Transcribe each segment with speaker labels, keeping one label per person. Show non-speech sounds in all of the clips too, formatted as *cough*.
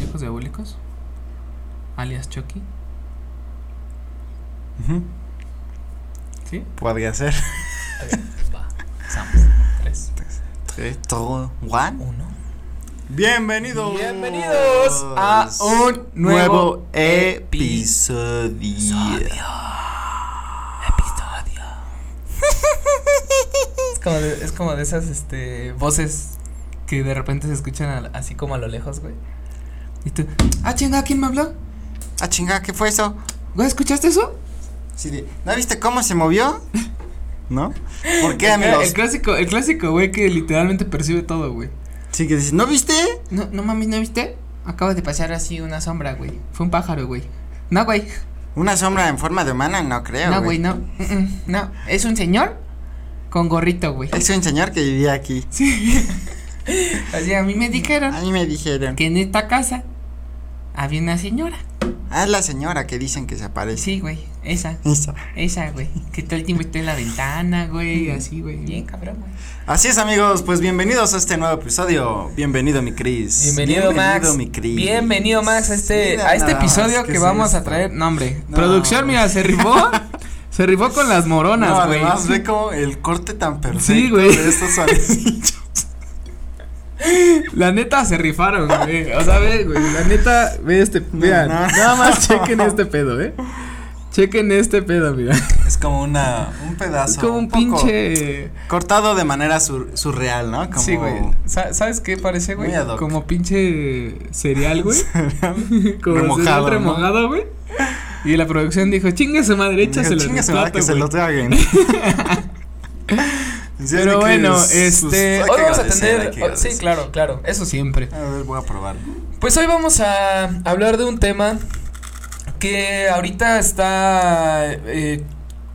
Speaker 1: Hijos Diabólicos, alias Chucky.
Speaker 2: Ujú,
Speaker 1: ¿Sí?
Speaker 2: Podría ser.
Speaker 1: Está bien, va. Samos. Tres,
Speaker 2: 3, 2, 1.
Speaker 1: uno.
Speaker 2: Bienvenidos.
Speaker 1: Bienvenidos a un nuevo
Speaker 2: episodio.
Speaker 1: Episodio. *laughs* es, como de, es como de esas este, voces que de repente se escuchan a- así como a lo lejos, güey. Y tú, ah, chinga, ¿quién me habló?
Speaker 2: Ah, chinga, ¿qué fue eso?
Speaker 1: Güey, ¿escuchaste eso?
Speaker 2: Sí, de- ¿No viste cómo se movió? ¿No? ¿Por qué,
Speaker 1: El-
Speaker 2: amigos?
Speaker 1: El clásico, el clásico, güey, que literalmente percibe todo, güey.
Speaker 2: Sí, que dices, ¿no viste?
Speaker 1: No, no mami, ¿no viste? Acaba de pasar así una sombra, güey. Fue un pájaro, güey. No, güey.
Speaker 2: Una sombra en forma de humana, no creo.
Speaker 1: No, güey, no. Mm, mm, no. Es un señor con gorrito, güey.
Speaker 2: Es un señor que vivía aquí.
Speaker 1: Sí. Así a mí me dijeron
Speaker 2: A mí me dijeron,
Speaker 1: que en esta casa había una señora.
Speaker 2: ah, es la señora que dicen que se aparece.
Speaker 1: Sí, güey. Esa.
Speaker 2: Esa.
Speaker 1: Esa, güey. Que todo el tiempo está en la ventana, güey. Así, güey. Bien, cabrón, güey.
Speaker 2: Así es, amigos, pues bienvenidos a este nuevo episodio. Bienvenido, mi Cris.
Speaker 1: Bienvenido, Max.
Speaker 2: mi Cris.
Speaker 1: Bienvenido Max a este,
Speaker 2: Mira
Speaker 1: a este
Speaker 2: nada más,
Speaker 1: episodio
Speaker 2: ¿qué
Speaker 1: que
Speaker 2: es
Speaker 1: vamos a
Speaker 2: esto?
Speaker 1: traer. No, hombre.
Speaker 2: No.
Speaker 1: Producción, mira, se
Speaker 2: *laughs*
Speaker 1: rifó. se rifó con las
Speaker 2: No,
Speaker 1: moronas, güey.
Speaker 2: además ve como el corte tan perfecto
Speaker 1: Sí, güey.
Speaker 2: de
Speaker 1: *laughs*
Speaker 2: estos sonidos.
Speaker 1: la neta se rifaron, güey. O sea, ve, güey. La neta, ve este. vean,
Speaker 2: no.
Speaker 1: nada más chequen este pedo, eh. Chequen este pedo, mira.
Speaker 2: Es como una, un pedazo.
Speaker 1: Es como un
Speaker 2: poco
Speaker 1: pinche.
Speaker 2: Cortado de manera sur- surreal, ¿no? Como
Speaker 1: Sí, güey. Sa- ¿Sabes qué parece, güey?
Speaker 2: Muy ad hoc.
Speaker 1: Como pinche cereal,
Speaker 2: *laughs*
Speaker 1: güey. Como
Speaker 2: Remojado,
Speaker 1: remojado, remojado,
Speaker 2: ¿no?
Speaker 1: güey. Y la producción dijo, chingue su madre, échaselo en el
Speaker 2: Chinga su madre,
Speaker 1: plato,
Speaker 2: que se
Speaker 1: güey". *laughs*
Speaker 2: lo traguen. Sí,
Speaker 1: Pero
Speaker 2: mi Cris,
Speaker 1: bueno,
Speaker 2: pues,
Speaker 1: este.
Speaker 2: hay
Speaker 1: Hoy
Speaker 2: que
Speaker 1: vamos a
Speaker 2: agradecer,
Speaker 1: tener.
Speaker 2: hay que
Speaker 1: oh, sí,
Speaker 2: agradecer.
Speaker 1: claro, claro. Eso siempre.
Speaker 2: A ver, voy a probar.
Speaker 1: Pues hoy vamos a hablar de un tema que ahorita está. eh,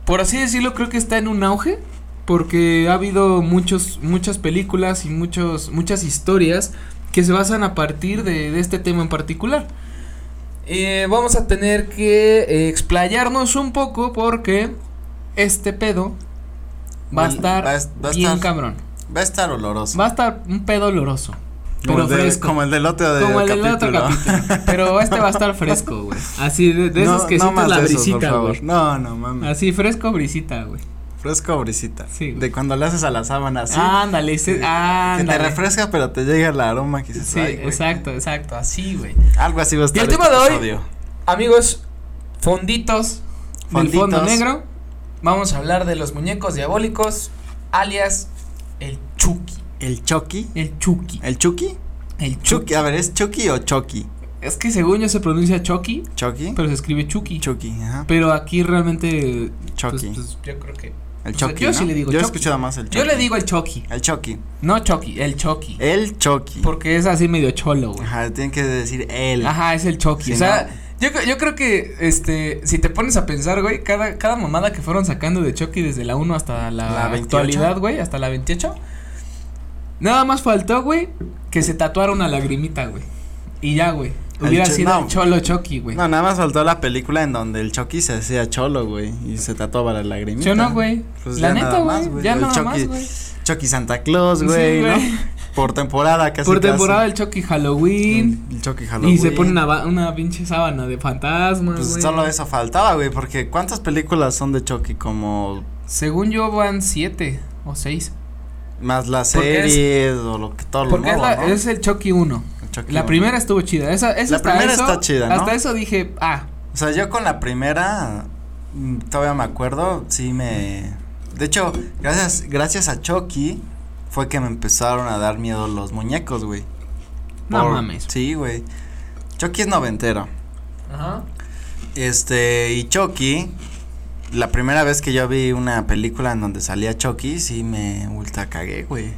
Speaker 1: por así decirlo, creo que está en un auge. Porque ha habido muchos, muchas películas y muchos, muchas historias que se basan a partir de, de este tema en particular. Eh, vamos a tener que eh, explayarnos un poco porque este pedo va a
Speaker 2: Bueno,
Speaker 1: estar
Speaker 2: va a es- va a
Speaker 1: bien
Speaker 2: estar-
Speaker 1: cabrón.
Speaker 2: Va a estar oloroso.
Speaker 1: Va a estar un pedo oloroso.
Speaker 2: como,
Speaker 1: Pero
Speaker 2: el del-
Speaker 1: fresco.
Speaker 2: como el del otro de
Speaker 1: Como el del otro
Speaker 2: *laughs*
Speaker 1: capítulo. Pero este va a estar fresco, güey. Así de, de esos que sientes
Speaker 2: más
Speaker 1: la
Speaker 2: de esos, por
Speaker 1: brisita,
Speaker 2: favor.
Speaker 1: güey.
Speaker 2: No, no mames.
Speaker 1: Así fresco brisita, güey.
Speaker 2: Fresco brisita.
Speaker 1: Sí, güey.
Speaker 2: De cuando le haces a la sábana así.
Speaker 1: Ándale, ese-
Speaker 2: que- Que
Speaker 1: ándale.
Speaker 2: te refresca, pero te llega el aroma que dices,
Speaker 1: Sí,
Speaker 2: "Ay, güey".
Speaker 1: exacto, exacto, así, güey.
Speaker 2: Algo así va a estar.
Speaker 1: el tema
Speaker 2: este
Speaker 1: de hoy,
Speaker 2: episodio.
Speaker 1: Amigos, fonditos, del fondo
Speaker 2: Fonditos.
Speaker 1: negro. Vamos a hablar de los muñecos diabólicos, alias el Chucky.
Speaker 2: El Chucky.
Speaker 1: El Chucky.
Speaker 2: ¿El Chucky?
Speaker 1: El Chucky.
Speaker 2: Chucky. A ver, ¿es Chucky o Chucky?
Speaker 1: Es que según yo se pronuncia Chucky,
Speaker 2: Chucky.
Speaker 1: pero se escribe Chucky.
Speaker 2: Chucky, ajá.
Speaker 1: Pero aquí realmente. pues,
Speaker 2: Chucky.
Speaker 1: pues, yo creo que.
Speaker 2: El
Speaker 1: o sea,
Speaker 2: Chucky.
Speaker 1: yo sí
Speaker 2: ¿no?
Speaker 1: le digo
Speaker 2: Yo he
Speaker 1: Chucky.
Speaker 2: escuchado más el Chucky.
Speaker 1: Yo le digo el Chucky.
Speaker 2: El Chucky.
Speaker 1: No Chucky, el Chucky.
Speaker 2: El Chucky.
Speaker 1: Porque es así medio cholo, güey.
Speaker 2: Ajá, tienen que decir el.
Speaker 1: Ajá, es el Chucky.
Speaker 2: Sí,
Speaker 1: o sea, yo, cre- yo creo que, este, si te pones a pensar, güey, cada, cada mamada que fueron sacando de Chucky desde la 1 hasta la,
Speaker 2: La 28.
Speaker 1: actualidad, güey, hasta la 28, nada más faltó, güey, que se tatuara una lagrimita, güey. Y ya, güey.
Speaker 2: El
Speaker 1: Hubiera
Speaker 2: Ch-
Speaker 1: sido
Speaker 2: no.
Speaker 1: el cholo Chucky, güey.
Speaker 2: No, nada más faltó la película en donde el Chucky se hacía cholo, güey, y se tatuaba la lagrimita.
Speaker 1: Yo no, güey.
Speaker 2: Pues
Speaker 1: la
Speaker 2: ya
Speaker 1: neta,
Speaker 2: nada más,
Speaker 1: güey. Ya
Speaker 2: El
Speaker 1: nada
Speaker 2: Chucky,
Speaker 1: más, güey.
Speaker 2: Chucky Santa Claus, güey,
Speaker 1: Sí,
Speaker 2: ¿no?
Speaker 1: güey.
Speaker 2: Por temporada casi
Speaker 1: Por
Speaker 2: casi.
Speaker 1: temporada el Chucky Halloween.
Speaker 2: El Chucky Halloween.
Speaker 1: Y se pone una, ba- una pinche sábana de fantasmas,
Speaker 2: Pues
Speaker 1: güey.
Speaker 2: solo eso faltaba, güey, porque ¿cuántas películas son de Chucky? Como
Speaker 1: Según yo van siete o seis.
Speaker 2: más las
Speaker 1: Porque es-
Speaker 2: series o lo que todo lo
Speaker 1: Porque es,
Speaker 2: nuevo,
Speaker 1: la-
Speaker 2: ¿no?
Speaker 1: es el Chucky 1.
Speaker 2: El Chucky
Speaker 1: La
Speaker 2: uno.
Speaker 1: primera estuvo chida. Esa, esa
Speaker 2: La
Speaker 1: hasta
Speaker 2: primera
Speaker 1: eso-
Speaker 2: está chida, ¿no?
Speaker 1: Hasta eso dije, ah,
Speaker 2: O sea, yo con la primera mm, todavía me acuerdo, sí me De hecho, gracias gracias a Chucky fue que me empezaron a dar miedo los muñecos, güey.
Speaker 1: no
Speaker 2: Por-
Speaker 1: mames.
Speaker 2: Sí, güey. Chucky es noventero.
Speaker 1: Ajá.
Speaker 2: Ah, Este, y Chucky, la primera vez que yo vi una película en donde salía Chucky, sí me ultra cagué, güey.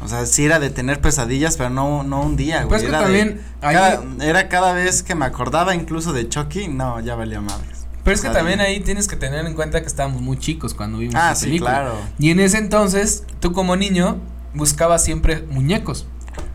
Speaker 2: O sea, sí era de tener pesadillas, pero no, no un día, güey.
Speaker 1: Pues que
Speaker 2: era, de-
Speaker 1: también ahí-
Speaker 2: cada, era cada vez que me acordaba incluso de Chucky, no, ya valía madres.
Speaker 1: Pero es que
Speaker 2: O sea,
Speaker 1: también
Speaker 2: de-
Speaker 1: ahí tienes que tener en cuenta que estábamos muy chicos cuando vimos
Speaker 2: Ah,
Speaker 1: esa
Speaker 2: sí,
Speaker 1: película.
Speaker 2: claro.
Speaker 1: Y en ese entonces, tú como niño buscabas siempre muñecos.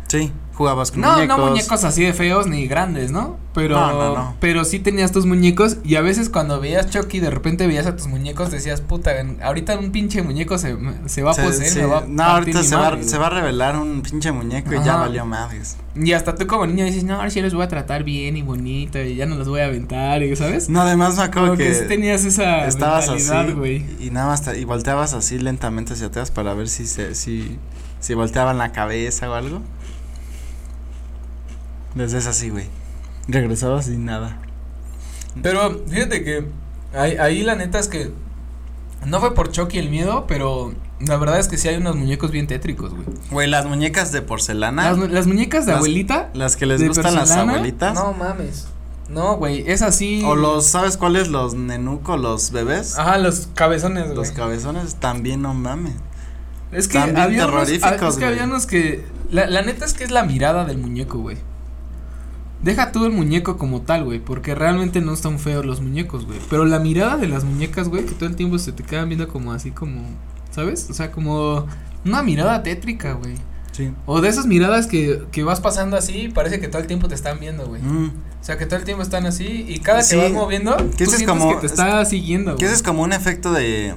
Speaker 2: Sí, jugabas con
Speaker 1: No,
Speaker 2: muñecos.
Speaker 1: no muñecos así de feos ni grandes, ¿no? Pero,
Speaker 2: No, no, no.
Speaker 1: pero sí tenías tus muñecos y a veces cuando veías Chucky de repente veías a tus muñecos decías, puta, en- ahorita un pinche muñeco se, se va a
Speaker 2: Se-
Speaker 1: poseer,
Speaker 2: sí.
Speaker 1: me va a
Speaker 2: No,
Speaker 1: partir
Speaker 2: ahorita
Speaker 1: mi
Speaker 2: se va,
Speaker 1: madre,
Speaker 2: se
Speaker 1: güey".
Speaker 2: va a revelar un pinche muñeco y ya
Speaker 1: Ajá.
Speaker 2: valió madres.
Speaker 1: Y hasta tú como niño dices, no, ahora sí los voy a tratar bien y bonito y ya no los voy a aventar, y, ¿sabes?
Speaker 2: No, además me acuerdo
Speaker 1: Como que,
Speaker 2: que,
Speaker 1: sí tenías esa
Speaker 2: estabas
Speaker 1: mentalidad,
Speaker 2: así
Speaker 1: güey.
Speaker 2: y nada más te- y volteabas así lentamente hacia atrás para ver si se si si volteaban la cabeza o algo. Desde es así, güey. Regresabas y nada.
Speaker 1: Pero fíjate que ahí, ahí la neta es que no fue por Chucky el miedo, pero la verdad es que sí hay unos muñecos bien tétricos, güey.
Speaker 2: Güey, las muñecas de porcelana,
Speaker 1: Las, mu- las muñecas de
Speaker 2: Las-
Speaker 1: abuelita.
Speaker 2: las que les
Speaker 1: de
Speaker 2: gustan las
Speaker 1: porcelana,
Speaker 2: abuelitas.
Speaker 1: No mames. No, güey, es así.
Speaker 2: O los, ¿sabes cuáles? Los nenuco, los bebés.
Speaker 1: Ajá, los cabezones, güey.
Speaker 2: los cabezones también, no mames.
Speaker 1: Es que
Speaker 2: Están bien
Speaker 1: había unos,
Speaker 2: terroríficos,
Speaker 1: ah, es que
Speaker 2: güey.
Speaker 1: había unos que la, la neta es que es la mirada del muñeco, güey. Deja todo el muñeco como tal, güey, porque realmente no están feos los muñecos, güey, pero la mirada de las muñecas, güey, que todo el tiempo se te quedan viendo como así como, ¿sabes? O sea, como una mirada tétrica, güey.
Speaker 2: Sí.
Speaker 1: O de esas miradas que, que vas pasando así, parece que todo el tiempo te están viendo, güey.
Speaker 2: Mm.
Speaker 1: O sea, que todo el tiempo están así y cada
Speaker 2: Sí.
Speaker 1: que vas moviendo,
Speaker 2: Que
Speaker 1: tú
Speaker 2: ese es
Speaker 1: sientes
Speaker 2: como-
Speaker 1: que te está siguiendo,
Speaker 2: Que
Speaker 1: güey.
Speaker 2: ese es como un efecto de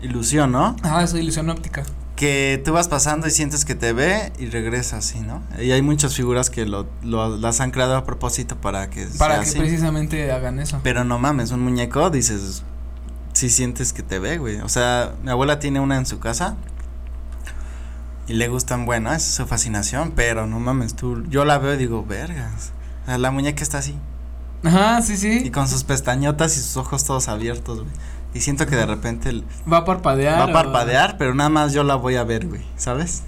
Speaker 2: ilusión, ¿no?
Speaker 1: Ah, eso es ilusión óptica.
Speaker 2: Que tú vas pasando y sientes que te ve y regresa así, ¿no? Y hay muchas figuras que lo, lo- las han creado a propósito para que
Speaker 1: Para
Speaker 2: sea
Speaker 1: que
Speaker 2: así.
Speaker 1: precisamente hagan eso.
Speaker 2: Pero no mames, un muñeco dices, si sientes que te ve, güey. O sea, mi abuela tiene una en su casa y le gustan, bueno, esa es su fascinación, pero no mames, tú, yo la veo y digo, vergas. O sea, la muñeca está así
Speaker 1: Ajá, sí, sí.
Speaker 2: y con sus pestañotas y sus ojos todos abiertos, güey. Y siento que de repente el-
Speaker 1: Va a parpadear.
Speaker 2: va a
Speaker 1: o-
Speaker 2: parpadear, pero nada más yo la voy a ver, güey, ¿sabes?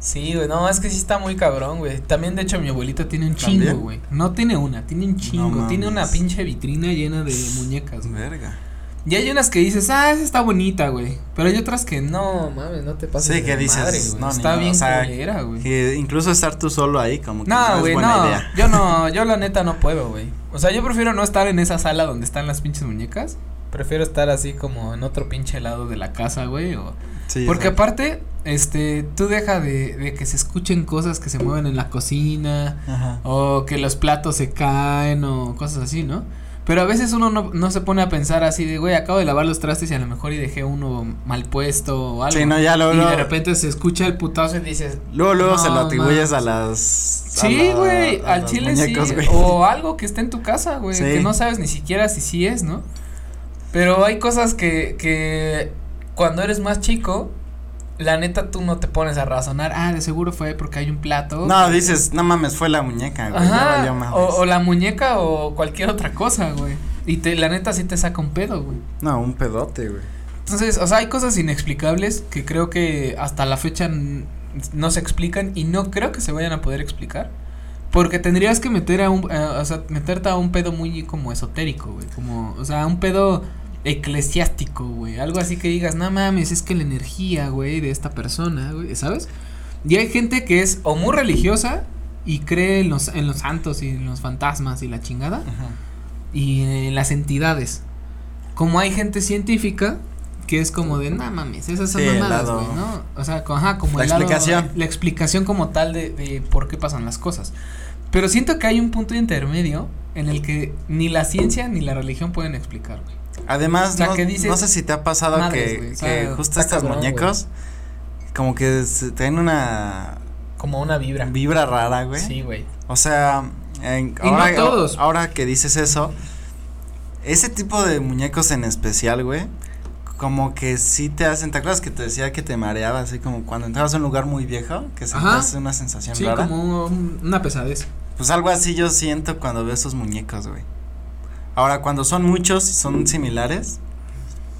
Speaker 1: Sí, güey, no, es que sí está muy cabrón, güey. También, de hecho, mi abuelita tiene un
Speaker 2: ¿También?
Speaker 1: chingo, güey. No tiene una, tiene un chingo. tiene una
Speaker 2: mames.
Speaker 1: pinche vitrina llena de muñecas, güey.
Speaker 2: Verga.
Speaker 1: Y hay unas que dices, ah, esa está bonita, güey. Pero hay otras que no, mames, no te pases.
Speaker 2: Sí,
Speaker 1: de
Speaker 2: que dices,
Speaker 1: madre, güey.
Speaker 2: no, ni
Speaker 1: está
Speaker 2: modo,
Speaker 1: bien
Speaker 2: o sea,
Speaker 1: culera, güey.
Speaker 2: Que incluso estar tú solo ahí como que no,
Speaker 1: No, güey,
Speaker 2: es buena
Speaker 1: no.
Speaker 2: idea.
Speaker 1: Yo
Speaker 2: *laughs*
Speaker 1: no, yo la neta no puedo, güey. O sea, yo prefiero no estar en esa sala donde están las pinches muñecas. Prefiero estar así como en otro pinche lado de la casa, güey, o
Speaker 2: Sí,
Speaker 1: Porque
Speaker 2: o sea,
Speaker 1: aparte, este, tú deja de, de que se escuchen cosas que se mueven en la cocina
Speaker 2: ajá.
Speaker 1: o que los platos se caen o cosas así, ¿no? Pero a veces uno no, no se pone a pensar así de, güey, acabo de lavar los trastes y a lo mejor y dejé uno mal puesto o algo.
Speaker 2: Sí, no, ya luego,
Speaker 1: y de
Speaker 2: luego,
Speaker 1: repente se escucha el putazo y dices,
Speaker 2: luego, luego se lo
Speaker 1: No,
Speaker 2: atribuyes a
Speaker 1: mames.
Speaker 2: las a
Speaker 1: sí,
Speaker 2: la-
Speaker 1: güey,
Speaker 2: a
Speaker 1: al
Speaker 2: los
Speaker 1: chile
Speaker 2: muñecos,
Speaker 1: sí.
Speaker 2: güey.
Speaker 1: O algo que esté en tu casa, güey,
Speaker 2: Sí.
Speaker 1: que no sabes ni siquiera si sí es, ¿no? Pero hay cosas que, que cuando eres más chico, la neta tú no te pones a razonar, ah, de seguro fue porque hay un plato.
Speaker 2: *laughs* No, dices, no mames, fue la muñeca, güey. ya
Speaker 1: Ajá,
Speaker 2: valió madres.
Speaker 1: o, o la muñeca o cualquier otra cosa, güey. Y te, la neta sí te saca un pedo, güey.
Speaker 2: No, un pedote, güey.
Speaker 1: Entonces, o sea, hay cosas inexplicables que creo que hasta la fecha n- no se explican y no creo que se vayan a poder explicar. Porque tendrías que meter a un, a- o sea, meterte a un pedo muy como esotérico, güey, como, o sea, un pedo eclesiástico, güey, algo así que digas, no mames, es que la energía, güey, de esta persona, güey, ¿sabes? Y hay gente que es o muy religiosa y cree en los, en los santos y en los fantasmas y la chingada,
Speaker 2: Ajá.
Speaker 1: y en las entidades. Como hay gente científica que es como de, no mames, esas son
Speaker 2: Sí, el
Speaker 1: mamadas,
Speaker 2: lado-
Speaker 1: güey", ¿no? O sea, co- ajá, como
Speaker 2: La
Speaker 1: el lado-
Speaker 2: explicación.
Speaker 1: la explicación como tal de, de por qué pasan las cosas. Pero siento que hay un punto intermedio en el que ni la ciencia ni la religión pueden explicar, güey.
Speaker 2: Además,
Speaker 1: O sea,
Speaker 2: no,
Speaker 1: que dices,
Speaker 2: no sé si te ha pasado
Speaker 1: madres,
Speaker 2: que,
Speaker 1: güey, o sea,
Speaker 2: que justo
Speaker 1: está
Speaker 2: estos
Speaker 1: cabrón,
Speaker 2: muñecos como que se traen una
Speaker 1: Como una vibra.
Speaker 2: vibra rara, güey.
Speaker 1: Sí, güey.
Speaker 2: O sea, en-
Speaker 1: Y no
Speaker 2: ahora,
Speaker 1: todos.
Speaker 2: ahora que dices eso, ese tipo de muñecos en especial, güey, como que sí te hacen, ¿te acuerdas que te decía que te mareaba así como cuando entrabas a un lugar muy viejo, que se
Speaker 1: Ajá.
Speaker 2: hace una sensación
Speaker 1: Sí,
Speaker 2: rara?
Speaker 1: como un- una pesadez.
Speaker 2: Pues algo así yo siento cuando veo esos muñecos, güey. Ahora, cuando son muchos y son similares,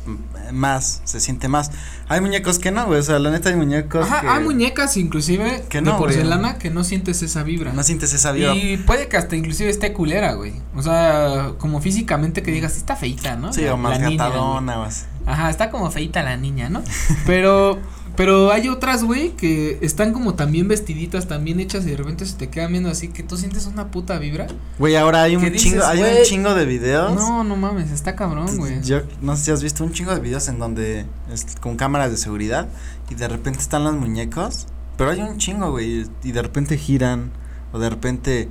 Speaker 2: m- más, se siente más. Hay muñecos que no, güey, o sea, la neta hay muñecos
Speaker 1: Ajá,
Speaker 2: que
Speaker 1: hay muñecas inclusive
Speaker 2: que no,
Speaker 1: de
Speaker 2: güey.
Speaker 1: porcelana que no sientes esa vibra.
Speaker 2: no sientes esa vibra.
Speaker 1: Y puede que hasta inclusive esté culera, güey. O sea, como físicamente que digas, "Sí está feita, ¿no?
Speaker 2: Sí,
Speaker 1: La-
Speaker 2: o más
Speaker 1: la niña,
Speaker 2: gatadona o así.
Speaker 1: güey. Ajá, está como feita la niña, ¿no? Pero, pero hay otras, güey, que están como también vestiditas, también hechas y de repente se te quedan viendo así que tú sientes una puta vibra.
Speaker 2: Güey, ahora hay
Speaker 1: ¿Qué
Speaker 2: un
Speaker 1: dices,
Speaker 2: chingo, hay un
Speaker 1: güey?
Speaker 2: chingo de videos.
Speaker 1: No, no mames, está cabrón, güey.
Speaker 2: Yo no sé si has visto un chingo de videos en donde es- con cámaras de seguridad y de repente están los muñecos, pero hay un chingo, güey, y de repente giran O de repente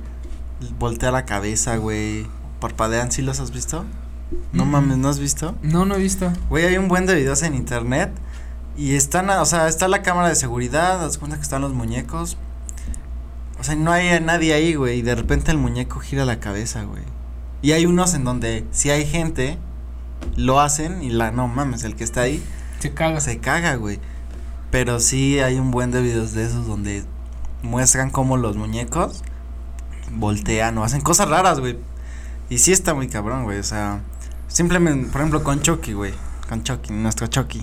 Speaker 2: voltea la cabeza, güey. Parpadean, ¿sí los has visto? No
Speaker 1: Mm.
Speaker 2: mames, ¿no has visto?
Speaker 1: No, no he visto.
Speaker 2: Güey, hay un buen de videos en internet. Y están, o sea, está la cámara de seguridad, das cuenta que están los muñecos. O sea, no hay a nadie ahí, güey. Y de repente el muñeco gira la cabeza, güey. Y hay unos en donde si hay gente, lo hacen y la, no mames, el que está ahí
Speaker 1: Se caga.
Speaker 2: se caga, güey. Pero sí hay un buen de videos de esos donde muestran cómo los muñecos voltean o hacen cosas raras, güey. Y sí está muy cabrón, güey. O sea, simplemente, por ejemplo, con Chucky, güey. Con Chucky, nuestro Chucky.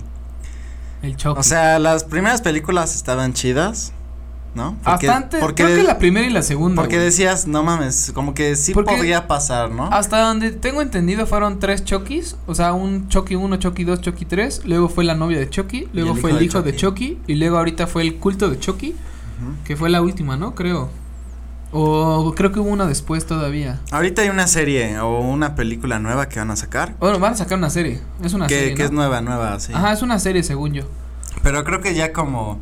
Speaker 1: El choque.
Speaker 2: O sea, las primeras películas estaban chidas, ¿no?
Speaker 1: Bastante.
Speaker 2: porque,
Speaker 1: creo que la primera y la segunda.
Speaker 2: porque
Speaker 1: güey.
Speaker 2: decías, no mames, como que sí
Speaker 1: Porque- Ah.
Speaker 2: podría pasar, ¿no?
Speaker 1: Hasta donde tengo entendido fueron tres Chokis, o sea, un Chucky 1, Chucky 2, Chucky 3, luego fue la novia de Chucky, luego
Speaker 2: el
Speaker 1: fue el
Speaker 2: hijo de
Speaker 1: hijo de
Speaker 2: Chucky.
Speaker 1: Chucky y luego ahorita fue el culto de Chucky,
Speaker 2: Ujú.
Speaker 1: que fue la última, ¿no? Creo. O creo que hubo una después todavía.
Speaker 2: Ahorita hay una serie o una película nueva que van a sacar.
Speaker 1: Bueno, van a sacar una serie, es una
Speaker 2: que
Speaker 1: serie.
Speaker 2: que
Speaker 1: ¿no?
Speaker 2: es nueva, nueva, sí.
Speaker 1: Ajá, es una serie según yo.
Speaker 2: Pero creo que ya como.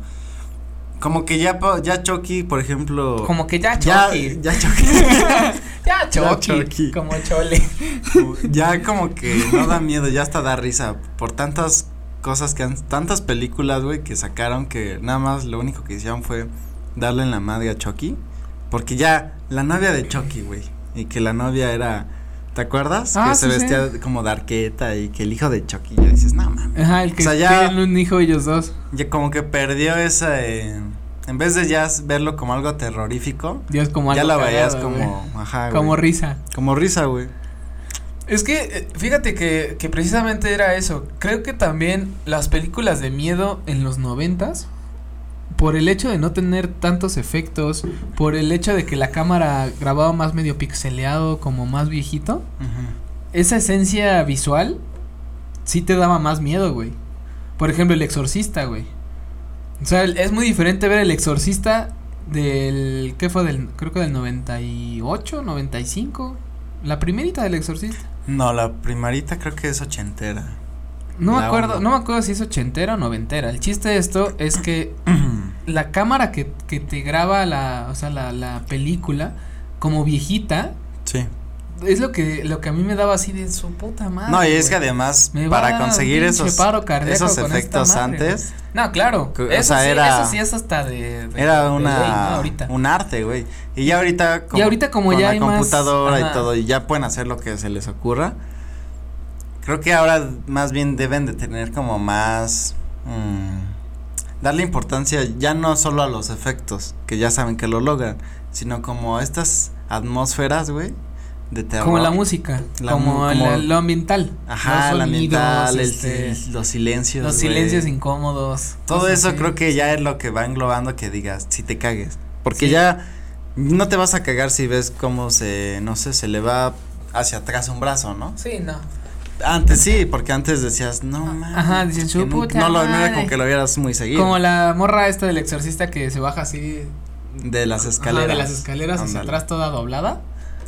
Speaker 2: Como que ya, po- ya Chucky, por ejemplo.
Speaker 1: Como que ya
Speaker 2: ya,
Speaker 1: Chucky.
Speaker 2: ya Chucky. *laughs*
Speaker 1: Ya, Chucky.
Speaker 2: Chucky.
Speaker 1: Como Chole.
Speaker 2: ya como que no da miedo, ya hasta da risa. Por tantas cosas que han. Tantas películas, güey, que sacaron que nada más lo único que hicieron fue darle en la madre a Chucky. Porque ya, la novia de Chucky, güey. Y que la novia era. ¿Te acuerdas?
Speaker 1: Ah,
Speaker 2: que se
Speaker 1: sí, sí.
Speaker 2: vestía como de arqueta y que el hijo de Chucky. Ya dices, no mames.
Speaker 1: Ajá, el que
Speaker 2: O sea, ya-
Speaker 1: tienen un hijo ellos dos.
Speaker 2: Ya como que perdió esa. eh, en vez de ya verlo como algo terrorífico,
Speaker 1: Dios como
Speaker 2: ya
Speaker 1: algo
Speaker 2: la veías
Speaker 1: cagado,
Speaker 2: como, ajá,
Speaker 1: güey.
Speaker 2: güey.
Speaker 1: como risa.
Speaker 2: Como risa, güey.
Speaker 1: Es que, eh, fíjate que, que precisamente era eso. Creo que también las películas de miedo en los noventas, por el hecho de no tener tantos efectos, por el hecho de que la cámara grababa más medio pixeleado, como más viejito, esa esencia visual sí te daba más miedo, güey. Por ejemplo, el exorcista, güey. O sea, el- es muy diferente ver el exorcista del... ¿Qué fue? Del, creo que del 98, 95. La primerita del exorcista.
Speaker 2: No, la primarita creo que es ochentera.
Speaker 1: No me
Speaker 2: La
Speaker 1: acuerdo,
Speaker 2: uno.
Speaker 1: no me acuerdo si es ochentera o noventera. El chiste de esto es que *clears throat* la cámara que, que te graba la, o sea, la, la película como viejita
Speaker 2: sí.
Speaker 1: es lo que lo que a mí me daba así de su puta madre.
Speaker 2: no, y es que
Speaker 1: Ah, güey.
Speaker 2: además,
Speaker 1: Me va a
Speaker 2: para
Speaker 1: dar un
Speaker 2: conseguir
Speaker 1: pinche
Speaker 2: esos,
Speaker 1: paro cardíaco
Speaker 2: esos
Speaker 1: con esta
Speaker 2: efectos
Speaker 1: madre,
Speaker 2: antes,
Speaker 1: No, claro.
Speaker 2: Que, o
Speaker 1: eso
Speaker 2: sea,
Speaker 1: sí,
Speaker 2: era-
Speaker 1: eso sí es hasta de, de- de
Speaker 2: era
Speaker 1: ley,
Speaker 2: una,
Speaker 1: ¿no? ahorita.
Speaker 2: un arte, güey. Y ya ahorita,
Speaker 1: ahorita como
Speaker 2: con
Speaker 1: ya
Speaker 2: la
Speaker 1: hay más,
Speaker 2: computadora
Speaker 1: ajá.
Speaker 2: y todo, y ya pueden hacer lo que se les ocurra. Creo que ahora más bien deben de tener como más, mm, darle importancia ya no solo a los efectos, que ya saben que lo logran, sino como a estas atmósferas, güey, de terror.
Speaker 1: como la música,
Speaker 2: La
Speaker 1: como,
Speaker 2: mu-
Speaker 1: el-
Speaker 2: como-
Speaker 1: lo ambiental.
Speaker 2: Ajá,
Speaker 1: los sonidos,
Speaker 2: el ambiental, el
Speaker 1: este,
Speaker 2: sil- los silencios.
Speaker 1: los
Speaker 2: güey.
Speaker 1: silencios incómodos.
Speaker 2: Todo
Speaker 1: cosas
Speaker 2: eso
Speaker 1: así.
Speaker 2: creo que ya es lo que va englobando que digas, si te cagues. Porque
Speaker 1: Sí.
Speaker 2: ya no te vas a cagar si ves cómo se, no sé, se le va hacia atrás un brazo, ¿no?
Speaker 1: Sí, no.
Speaker 2: Antes sí, porque antes decías, no mames.
Speaker 1: Ajá, dicen,
Speaker 2: que
Speaker 1: "Su
Speaker 2: nu-
Speaker 1: puta
Speaker 2: No, lo, no era
Speaker 1: madre".
Speaker 2: como que lo vieras muy seguido.
Speaker 1: Como la morra esta del exorcista que se baja así
Speaker 2: de las
Speaker 1: Ajá,
Speaker 2: escaleras.
Speaker 1: de las escaleras hacia
Speaker 2: Ándale.
Speaker 1: atrás toda doblada.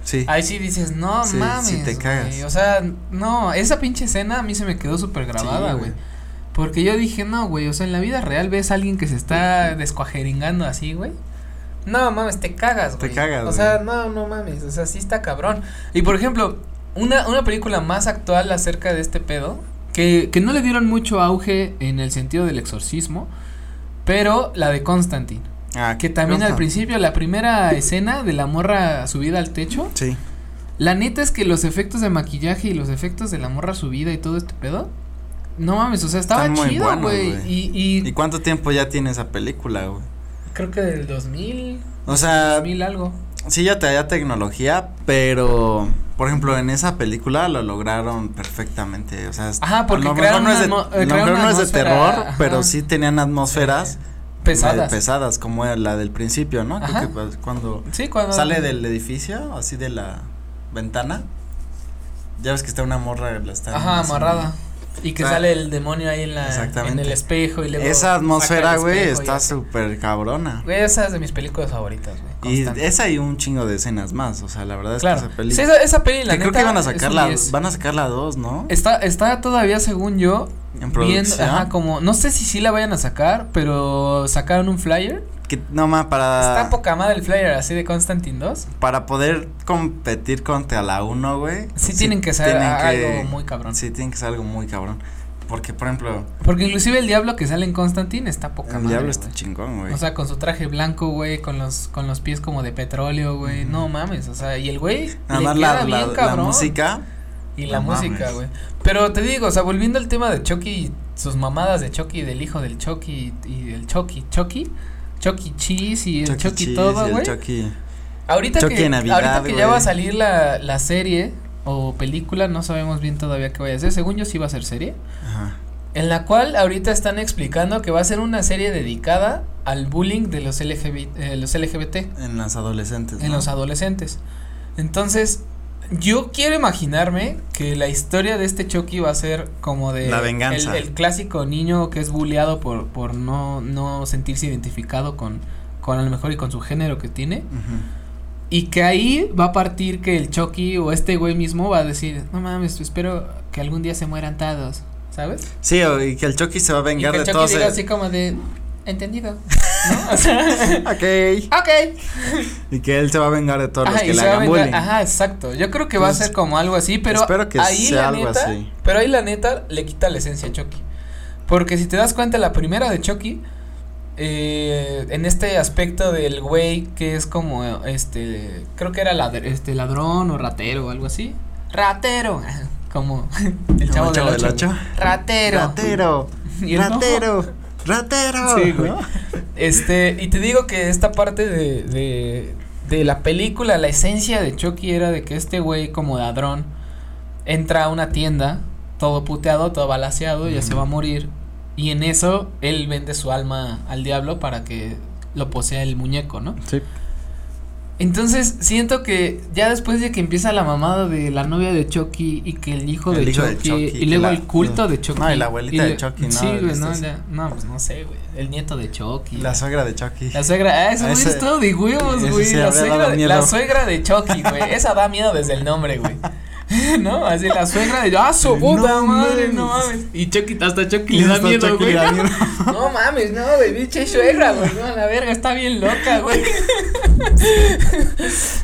Speaker 2: Sí.
Speaker 1: Ahí sí dices, no
Speaker 2: Sí,
Speaker 1: mames.
Speaker 2: sí te
Speaker 1: güey".
Speaker 2: cagas.
Speaker 1: O sea, no, esa pinche escena a mí se me quedó súper grabada,
Speaker 2: Sí,
Speaker 1: güey.
Speaker 2: güey.
Speaker 1: Porque yo dije, no, güey, o sea, en la vida real ves a alguien que se está descuajeringando así, güey. No mames, te cagas,
Speaker 2: Te
Speaker 1: güey.
Speaker 2: cagas,
Speaker 1: O sea,
Speaker 2: güey.
Speaker 1: no, no mames, o sea, sí está cabrón. Y por ejemplo, una, una película más actual acerca de este pedo, que, que no le dieron mucho auge en el sentido del exorcismo, pero la de Constantine.
Speaker 2: Ah,
Speaker 1: Que también al
Speaker 2: Ajá.
Speaker 1: principio, la primera escena de la morra subida al techo.
Speaker 2: Sí.
Speaker 1: La neta es que los efectos de maquillaje y los efectos de la morra subida y todo este pedo. No mames, o sea, estaba
Speaker 2: Están muy
Speaker 1: chido,
Speaker 2: buenos,
Speaker 1: güey.
Speaker 2: güey.
Speaker 1: Y, y
Speaker 2: ¿Y cuánto tiempo ya tiene esa película, güey?
Speaker 1: creo que del 2000,
Speaker 2: O sea,
Speaker 1: 2000 algo.
Speaker 2: Sí, ya traía tecnología, pero por ejemplo en esa película lo lograron perfectamente. O sea, es-
Speaker 1: Ajá, porque
Speaker 2: a lo mejor
Speaker 1: crearon
Speaker 2: no es de,
Speaker 1: una atmo- eh,
Speaker 2: a lo
Speaker 1: crearon
Speaker 2: mejor
Speaker 1: una
Speaker 2: no es de
Speaker 1: atmósfera,
Speaker 2: terror,
Speaker 1: ajá.
Speaker 2: pero sí tenían atmósferas
Speaker 1: Pesadas.
Speaker 2: eh, pesadas, como la del principio, ¿no? Creo
Speaker 1: Ajá.
Speaker 2: que, pues, cuando
Speaker 1: sí, cuando.
Speaker 2: sale del edificio, así de la ventana, ya ves que está una morra, la está
Speaker 1: Ajá, amarrada. Y que
Speaker 2: O sea,
Speaker 1: sale el demonio ahí en, la, en
Speaker 2: Ah. exactamente.
Speaker 1: el espejo. Y luego
Speaker 2: Esa
Speaker 1: saca
Speaker 2: atmósfera,
Speaker 1: el
Speaker 2: güey,
Speaker 1: espejo y
Speaker 2: está
Speaker 1: así.
Speaker 2: súper cabrona.
Speaker 1: Güey, esa es de mis películas favoritas, güey.
Speaker 2: Y
Speaker 1: constante.
Speaker 2: esa y un chingo de escenas más, o sea, la verdad es
Speaker 1: Claro.
Speaker 2: que esa
Speaker 1: Sí,
Speaker 2: película.
Speaker 1: esa, esa peli, la
Speaker 2: que creo
Speaker 1: neta,
Speaker 2: que van a
Speaker 1: es un
Speaker 2: sacar la,
Speaker 1: 10.
Speaker 2: van a sacar la dos, ¿no?
Speaker 1: Está, está todavía, según yo,
Speaker 2: En
Speaker 1: viendo,
Speaker 2: producción.
Speaker 1: ajá, como, no sé si sí la vayan a sacar, pero sacaron un flyer
Speaker 2: que no más para
Speaker 1: Está poca madre el flyer así de Constantine 2.
Speaker 2: para poder competir contra la 1, güey.
Speaker 1: Sí, tienen que ser
Speaker 2: tienen
Speaker 1: a-
Speaker 2: que-
Speaker 1: algo muy cabrón.
Speaker 2: Sí, tienen que ser algo muy cabrón. Porque, por ejemplo,
Speaker 1: Porque inclusive el diablo que sale en Constantine está poca
Speaker 2: el
Speaker 1: madre.
Speaker 2: diablo está
Speaker 1: güey.
Speaker 2: chingón, güey.
Speaker 1: O sea, con su traje blanco, güey, con los, con los pies como de petróleo, güey.
Speaker 2: Ujú.
Speaker 1: No mames, o sea, y el güey
Speaker 2: Nada
Speaker 1: le
Speaker 2: más
Speaker 1: queda
Speaker 2: la, la-
Speaker 1: bien
Speaker 2: la
Speaker 1: cabrón.
Speaker 2: música.
Speaker 1: y la
Speaker 2: no
Speaker 1: música,
Speaker 2: mames.
Speaker 1: güey. Pero te digo, o sea, volviendo al tema de Chucky, y sus mamadas de Chucky, del hijo del Chucky y del Chucky, Chucky, Chucky Cheese y el
Speaker 2: Chucky
Speaker 1: Chucky,
Speaker 2: E. Cheese y
Speaker 1: todo,
Speaker 2: el
Speaker 1: güey.
Speaker 2: Chucky.
Speaker 1: Ahorita
Speaker 2: Chucky
Speaker 1: que,
Speaker 2: en Navidad,
Speaker 1: ahorita que ya
Speaker 2: güey.
Speaker 1: va a salir la, la serie o película, no sabemos bien todavía qué vaya a ser. Según yo sí va a ser serie.
Speaker 2: Ajá.
Speaker 1: En la cual ahorita están explicando que va a ser una serie dedicada al bullying de los LGBT, eh, los LGBT
Speaker 2: En las adolescentes.
Speaker 1: en
Speaker 2: ¿no?
Speaker 1: los adolescentes. Entonces, yo quiero imaginarme que la historia de este Chucky va a ser como de
Speaker 2: La venganza.
Speaker 1: El, el clásico niño que es bulleado por, por no, no sentirse identificado con, con a lo mejor y con su género que tiene.
Speaker 2: Ujú.
Speaker 1: Y que ahí va a partir que el Chucky o este güey mismo va a decir, no mames, pues, espero que algún día se mueran todos, ¿sabes?
Speaker 2: Sí, o- y que el Chucky se va a
Speaker 1: Y que
Speaker 2: vengar
Speaker 1: el
Speaker 2: de
Speaker 1: Chucky
Speaker 2: todos.
Speaker 1: diga
Speaker 2: eh,
Speaker 1: así como de,
Speaker 2: *laughs*
Speaker 1: entendido, ¿no? O sea, *laughs*
Speaker 2: Ok.
Speaker 1: ok.
Speaker 2: Y que él se va a vengar de todos los
Speaker 1: Ajá,
Speaker 2: que
Speaker 1: y
Speaker 2: le
Speaker 1: se va a
Speaker 2: hagan
Speaker 1: vengar-
Speaker 2: bullying.
Speaker 1: Ajá, exacto. Yo creo que va a
Speaker 2: Entonces,
Speaker 1: ser como algo así, pero
Speaker 2: espero que
Speaker 1: ahí
Speaker 2: sea
Speaker 1: la
Speaker 2: algo
Speaker 1: neta,
Speaker 2: así.
Speaker 1: pero ahí la neta le quita la esencia a Chucky. Porque si te das cuenta la primera de Chucky eh, en este aspecto del güey que es como este creo que era ladr- este ladrón o ratero o algo así. Ratero, *laughs* como el chavo,
Speaker 2: Como
Speaker 1: del ocho, güey. Ratero.
Speaker 2: Ratero.
Speaker 1: Y el no.
Speaker 2: ratero. Ratero.
Speaker 1: Sí, güey.
Speaker 2: ¿no?
Speaker 1: Este, y te digo que esta parte de, de, de la película, la esencia de Chucky era de que este güey como ladrón entra a una tienda, todo puteado, todo balaseado, ya se va a morir. Y en eso él vende su alma al diablo para que lo posea el muñeco, ¿no?
Speaker 2: Sí.
Speaker 1: Entonces siento que ya después de que empieza la mamada de la novia de Chucky y que el hijo,
Speaker 2: El
Speaker 1: de,
Speaker 2: hijo de
Speaker 1: Chucky,
Speaker 2: Chucky,
Speaker 1: y luego
Speaker 2: la-
Speaker 1: el culto de Chucky.
Speaker 2: No, y la abuelita de Chucky, ¿no?
Speaker 1: Sí, güey, no,
Speaker 2: Estas-
Speaker 1: ya- no, pues no sé, güey. El nieto de Chucky.
Speaker 2: La suegra de Chucky.
Speaker 1: La suegra, ah, ese
Speaker 2: Ah,
Speaker 1: güey
Speaker 2: ese-
Speaker 1: es todo de huevos,
Speaker 2: ese
Speaker 1: güey.
Speaker 2: sí
Speaker 1: la,
Speaker 2: habría
Speaker 1: suegra de,
Speaker 2: dado
Speaker 1: la
Speaker 2: miedo.
Speaker 1: suegra de Chucky, güey. Esa da miedo desde el nombre, güey. *laughs* ¿No? Así la suegra de. ¡Ah, su
Speaker 2: No
Speaker 1: puta madre!
Speaker 2: mames.
Speaker 1: No mames. Y Chucky, hasta Chucky le da
Speaker 2: Hasta
Speaker 1: miedo,
Speaker 2: Chucky
Speaker 1: güey. *laughs*
Speaker 2: le da miedo.
Speaker 1: No mames, no, güey. Biche suegra, güey. No, la verga, está bien loca, güey. *laughs*